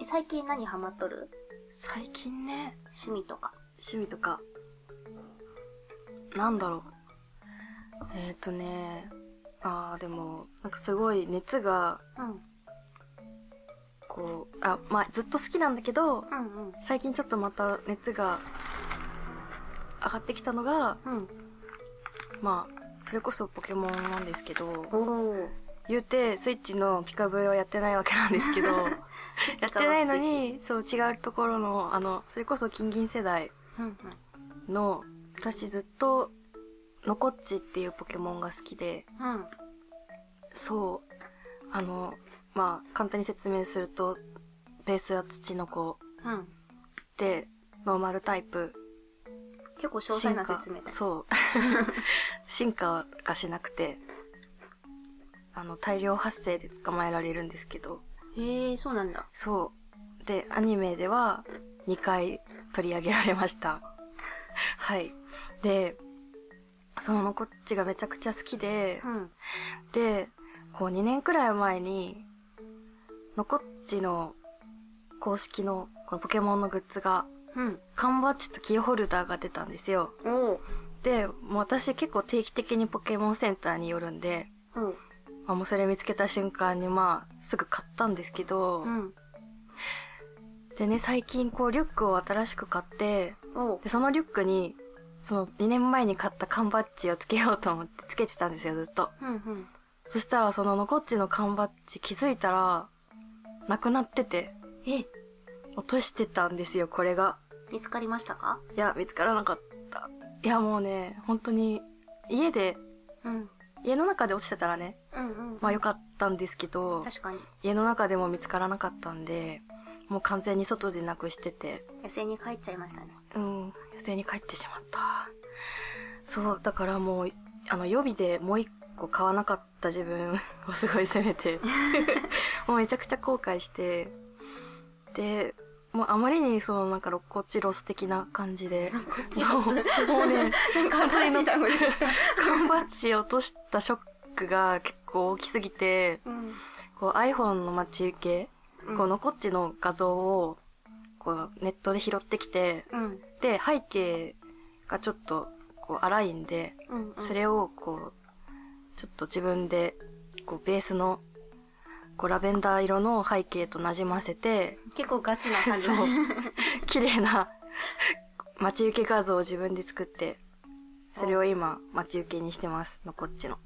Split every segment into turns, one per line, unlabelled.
え最近何ハマっとる
最近ね、
趣味とか。
趣味とか、なんだろう。えっ、ー、とね、あーでも、なんかすごい熱が、
うん。
こう、あ、まあずっと好きなんだけど、
うんうん。
最近ちょっとまた熱が上がってきたのが、
うん。
まあ、それこそポケモンなんですけど、
おー。
言うて、スイッチのピカブエはやってないわけなんですけど、 やってないのに、そう違うところの、あの、それこそ金銀世代
うんうん。
の、私ずっと、ノコッチっていうポケモンが好きで、
うん。
そう、あの、まあ、簡単に説明すると、ベースは土の子
うん。
で、ノーマルタイプ、
結構詳細な説明だね。
そう。進化がしなくて、あの、大量発生で捕まえられるんですけど、
へえ、そうなんだ。
そう。で、アニメでは2回取り上げられました。 はい。で、そのこっちがめちゃくちゃ好きで、
うん。
で、こう2年くらい前に、のこっちの公式のこのポケモンのグッズが、
うん。
缶バッジとキーホルダーが出たんですよ。
おー。
で、もう私結構定期的にポケモンセンターに寄るんで、
うん。
まあ、もうそれ見つけた瞬間にまあ、すぐ買ったんですけど、
うん。
でね、最近こうリュックを新しく買って、
おー。
で、そのリュックに、その2年前に買った缶バッジをつけようと思ってつけてたんですよ、ずっと。
うんうん。
そしたらその残っちの缶バッジ気づいたら、なくなってて、
え、
落としてたんですよ、これが。
見つかりましたか
いや、見つからなかった。いや、もうね、本当に、家で、
うん。
家の中で落ちてたらね、
うんうん。
まあ良かったんですけど、
確かに。
家の中でも見つからなかったんで、もう完全に外でなくしてて、
野生に帰っちゃいましたね。
うん、予定に帰ってしまった。そう、だからもう、あの、予備でもう一個買わなかった自分をすごい責 めて、もうめちゃくちゃ後悔して、で、もうあまりにそのなんか肋骨ロス的な感じで、もうもうね、
なんか新しい単語言った。
缶バッジ落としたショックが結構大きすぎて、
うん。
こう iPhone の待ち受け、
うん
こう、のこっちの画像を、こう、ネットで拾ってきて、
うん。
で、背景がちょっと、こう、荒いんで、
うんうん。
それを、こう、ちょっと自分で、こう、ベースの、こう、ラベンダー色の背景となじませて、
結構ガチな感じ
そう。綺麗な、待ち受け画像を自分で作って、それを今、待ち受けにしてます、のこっちの。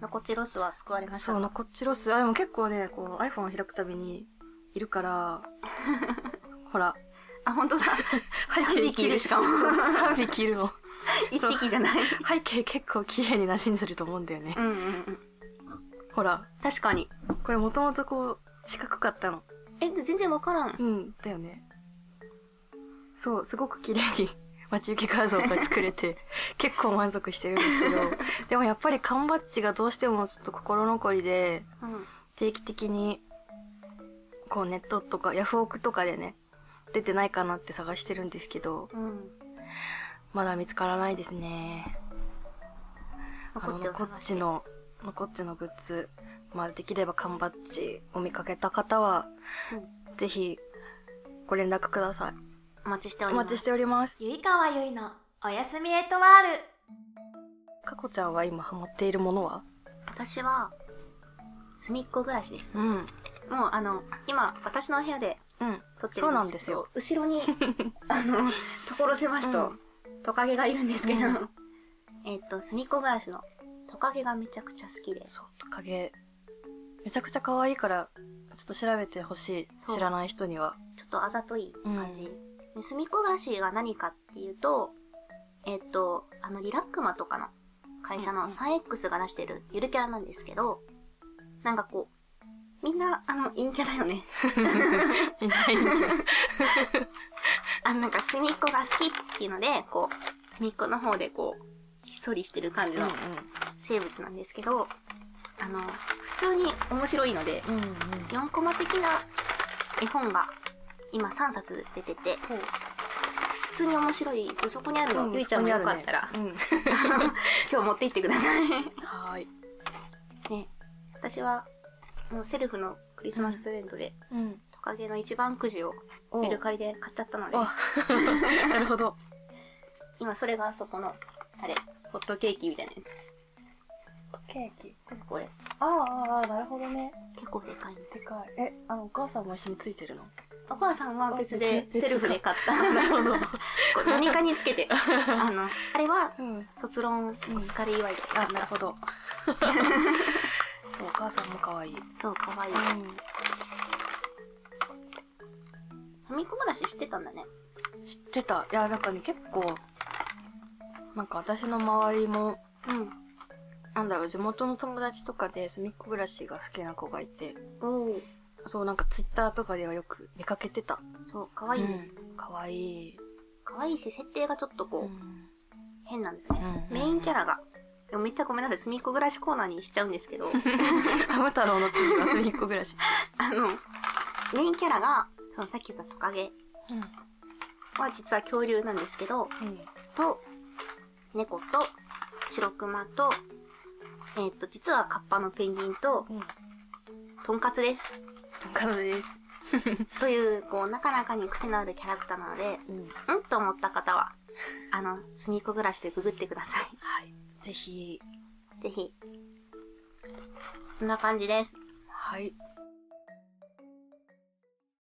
のこっちロスは救われました
そう、のこっちロス。あ、でも結構ね、こう、iPhone を開くたびに、い るから、ほら、
あ本 当だ
背
3
景
匹いるしかも
3匹いるの。
1匹じゃない
背景結構綺麗に馴染んでると思うんだよね。
うんうんうん
ほら、
確かに
これもともとこう、四角かったの。
え全然わからん
うん、だよね。そう、すごく綺麗に 待ち受け画像が作れて、 結構満足してるんですけど、でもやっぱり缶バッジがどうしてもちょっと心残りで、
うん
定期的に、こうネットとかヤフオクとかでね、出てないかなって探してるんですけど、
うん
まだ見つからないですね。
まあ
あ
こ
の
っちを
こっ
探して
ちの、まあこっちのグッズ、まあ、できれば缶バッジを見かけた方は、ぜひ、ご連絡ください。
お待ちしてお
お
ります
待ちしております。
ゆいかわゆいのおやすみエトワール
かこちゃんは今ハマっているものは
私は隅っこ暮らしです
うん。
もうあの今私の部屋で
うん。
撮って
そ
る
うなん
ん
で
ですす
よ
よ。後ろ にあの所狭しと、
う
トカゲがいるんですけど、
う
えっと隅っこ暮らしのトカゲがめちゃくちゃ好きで
そう、トカゲ。めちゃくちゃ可愛いから、ちょっと調べてほし
そ
い。
う
知らない人には。
ちょっとあざとい感じ。
う
で、すみっこ暮らしが何かっていうと、えっ、と、あの、リラックマとかの会社
うんう
の
ん
3X が出してるゆるキャラなんですけど、なんかこう、みんな、あの、陰キャだよね。
いないんだ。
あの、なんか、すみっこが好きっていうので、こう、すみっこの方でこう、ひっそりしてる感じ
うん
の生物なんですけど、あの、普通に面白いので、
うん。うんうん。
4コマ的な絵本が今3冊出てて、普通に面白いですそこにあるの、
うん
ゆいちゃんもよかったら、
そこにあるね
今日持って行ってください
うん。はーい。
ね私はもうセルフのクリスマスプレゼントで
うん。
トトカゲの一番くじを
お
メルカリで買っちゃったので、
あ なるほど。
今それがあそこの、あれ、ホットケーキみたいなやつ。
ケーキ。
これこれ、
ああ、ああ、なるほどね。
結構でかいんで
でかい。え、あの、お母さんも一緒についてるの
お母さんは別
あ
で
別
セルフで買った。
るほど。
こう何かにつけて。 あの、あれは、
うん。
卒論お疲れ祝いで。
あ、なるほ ど。そう、お母さんも可愛い。うん。
そう、かわいい。ファミコン暮らししてたんだね。
知ってた。いや、なんかね、結構、なんか私の周りも、
うん。
なんだろう、地元の友達とかで隅っこ暮らしが好きな子がいて、
おお。
そう、なんかツイッターとかではよく見かけてた。
そう、かわいいです。
うん。可愛い。
かわいいし、設定がちょっとこう、
うん
変なんだね。
うん
メインキャラが。でもめっちゃごめんなさい、すみっこ暮らしコーナーにしちゃうんですけど、
ハム太郎の次は隅っこ暮らし。
あの、メインキャラが、そのさっき言ったトカゲ
うん。
は実は恐竜なんですけど、
うん。
と、猫と、白熊と、えっ、と、実はカッパのペンギンと、
うん。
とんかつです。
彼女です。
という、こう、なかなかに癖のあるキャラクターなので、
うん。
うんと思った方は、あの、すみっこ暮らしでググってください。
はい。ぜひ、
ぜひ。こんな感じです。
はい。